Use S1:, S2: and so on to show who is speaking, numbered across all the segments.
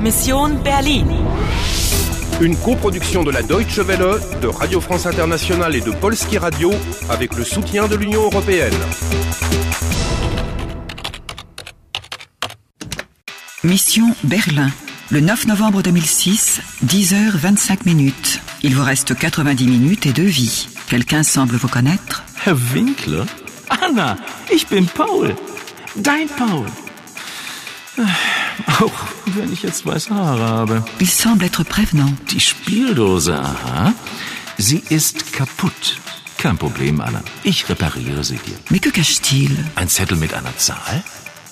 S1: Mission Berlin.
S2: Une coproduction de la Deutsche Welle, de Radio France Internationale et de Polski Radio avec le soutien de l'Union européenne.
S3: Mission Berlin. Le 9 novembre 2006, 10h25 minutes. Il vous reste 90 minutes et deux vies. Quelqu'un semble vous connaître
S4: Herr Winkler? Anna, ich bin Paul. Dein Paul. Äh, Auch wenn ich jetzt weiße Haare habe.
S3: Il semble être prévenant.
S4: Die Spieldose, aha. Sie ist kaputt. Kein Problem, Anna. Ich repariere sie dir.
S3: Mais que cache-t-il
S4: Ein Zettel mit einer Zahl?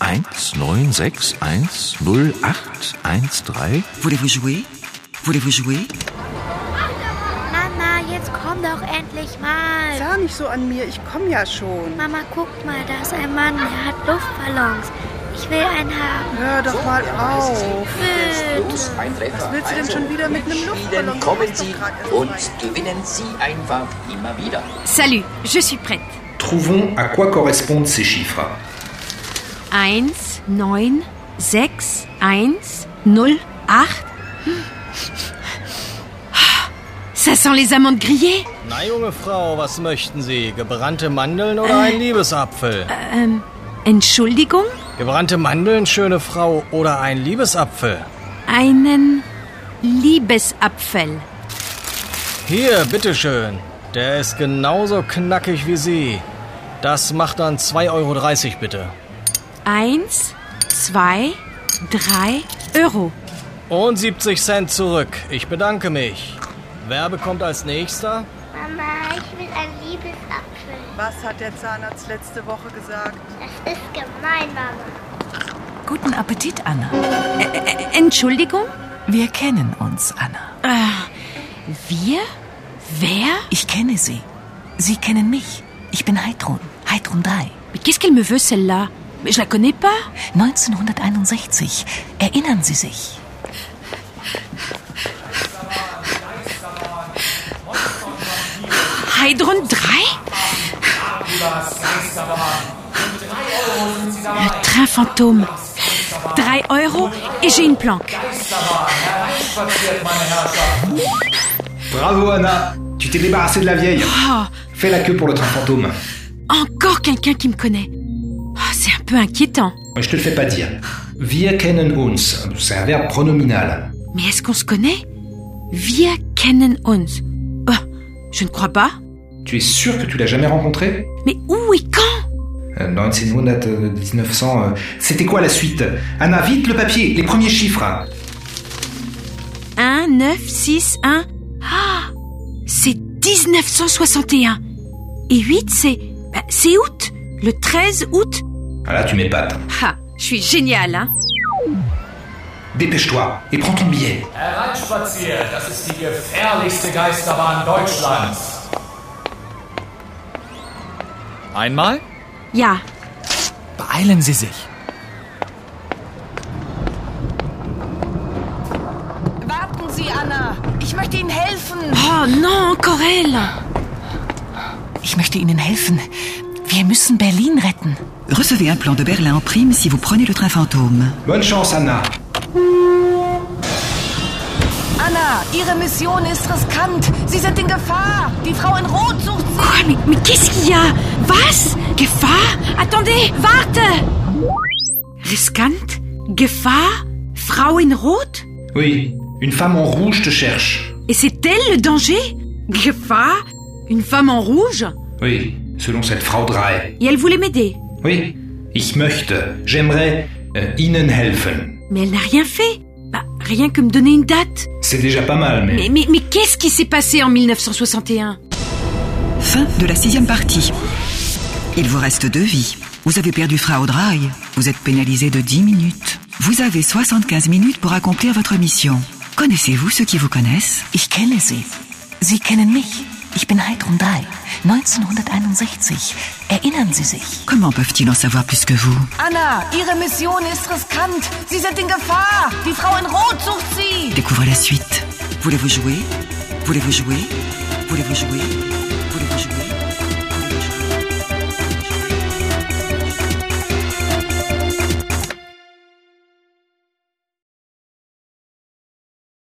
S4: 1, 9, 6, 1, 0, 8, 1, 3.
S3: Voulez-vous jouer Voulez-vous jouer
S5: Mama, jetzt komm doch endlich mal.
S6: Sah nicht so an mir, ich komme ja schon.
S5: Mama, guck mal, da ist ein Mann, der hat Luftballons. Ich will einen haben.
S6: Hör doch mal auf.
S5: Bitte.
S6: Was willst du denn schon wieder mit einem Luftballon?
S7: Also, Spielen
S6: Du
S7: kommen
S6: hast doch
S7: Sie
S6: grad erst
S7: und
S6: rein.
S7: gewinnen Sie einfach immer wieder.
S8: Salut, je suis prête.
S9: Trouvons à quoi correspondent ces chiffres.
S8: 1, 9, 6, 1, 0, 8. Ça sent les amandes grillées.
S10: Na, junge Frau, was möchten Sie? Gebrannte Mandeln oder ein Liebesapfel?
S8: Entschuldigung,
S10: Gebrannte Mandeln, schöne Frau, oder ein Liebesapfel?
S8: einen Liebesapfel.
S10: Hier, bitteschön. Der ist genauso knackig wie Sie. Das macht dann 2,30 Euro bitte.
S8: Eins, zwei, drei Euro.
S10: Und 70 Cent zurück. Ich bedanke mich. Wer bekommt als nächster?
S5: Mama, ich will einen Liebesapfel.
S6: Was hat der Zahnarzt letzte Woche gesagt?
S5: Das ist gemein, Mama.
S11: Guten Appetit, Anna.
S8: Ä- Entschuldigung,
S11: Wir kennen uns, Anna.
S8: wir? Wer?
S11: Ich kenne Sie. Sie kennen mich. Ich bin Heidrun. Heidrun 3.
S8: Mais Qu'est-ce qu'elle me veut celle-là Je la connais pas.
S11: 1961. Erinnern Sie sich?
S8: Heidrun 3 Le train fantôme. 3 Euro et j'ai une planque.
S9: Bravo Anna, tu t'es débarrassée de la vieille.
S8: Oh,
S9: Fais la queue pour le train fantôme.
S8: encore quelqu'un qui me connaît. Oh, c'est un peu inquiétant.
S9: Je te le fais pas dire. Wir kennen uns, c'est un verbe pronominal.
S8: Mais est-ce qu'on se connaît Via kennen uns. Oh, je ne crois pas.
S9: Tu es sûr que tu l'as jamais rencontré
S8: Mais où et quand
S9: Euh, 1900, euh, 1900. euh, C'était quoi la suite Anna, vite le papier, les premiers chiffres. hein.
S8: 1, 9, 6, 1. Ah C'est 1961. Et 8, c'est. bah, c'est août. Le 13 août.
S9: Ah Là, tu m'épates.
S8: Ah, je suis géniale, hein
S9: Dépêche-toi et prends ton billet.
S7: Hereinspaziert, das ist die gefährlichste Geisterbahn Deutschlands.
S10: Einmal?
S8: Ja,
S4: Beeilen Sie sich.
S11: Warten Sie, Anna. Ich möchte Ihnen helfen.
S8: Oh non, encore elle
S11: Ich möchte Ihnen helfen. Wir müssen Berlin retten.
S3: Recevez un plan de Berlin en prime si vous prenez le train fantôme.
S9: Bonne chance, Anna.
S11: Anna, Ihre Mission ist riskant. Sie sind in Gefahr. Die Frau in Rot sucht Sie.
S8: Quoi Mais, mais qu'est-ce qu'il y a Was Gefahr Attendez, warte Riskant Gefahr Frau in Rot
S9: Oui, une femme en rouge te cherche.
S8: Et c'est elle le danger Gefahr Une femme en rouge
S9: Oui, selon cette Frau Drey.
S8: Et elle voulait m'aider.
S9: Oui, ich möchte, j'aimerais euh, Ihnen helfen.
S8: Mais elle n'a rien fait. Bah, rien que me donner une date.
S9: C'est déjà pas mal, mais...
S8: Mais, mais, mais qu'est-ce qui s'est passé en 1961
S3: Fin de la sixième partie. Il vous reste deux vies. Vous avez perdu Frau Drey. Vous êtes pénalisé de 10 minutes. Vous avez 75 minutes pour accomplir votre mission. Connaissez-vous ceux qui vous connaissent
S11: Ich kenne Sie. Sie kennen mich. Ich bin Heidrun 3. 1961. Erinnern Sie sich?
S3: Comment peuvent-ils en savoir plus que vous
S11: Anna, Ihre Mission ist riskant. Sie sind in Gefahr. Die Frau in Rot sucht Sie.
S3: Découvrez la suite. Voulez-vous jouer Voulez-vous jouer Voulez-vous jouer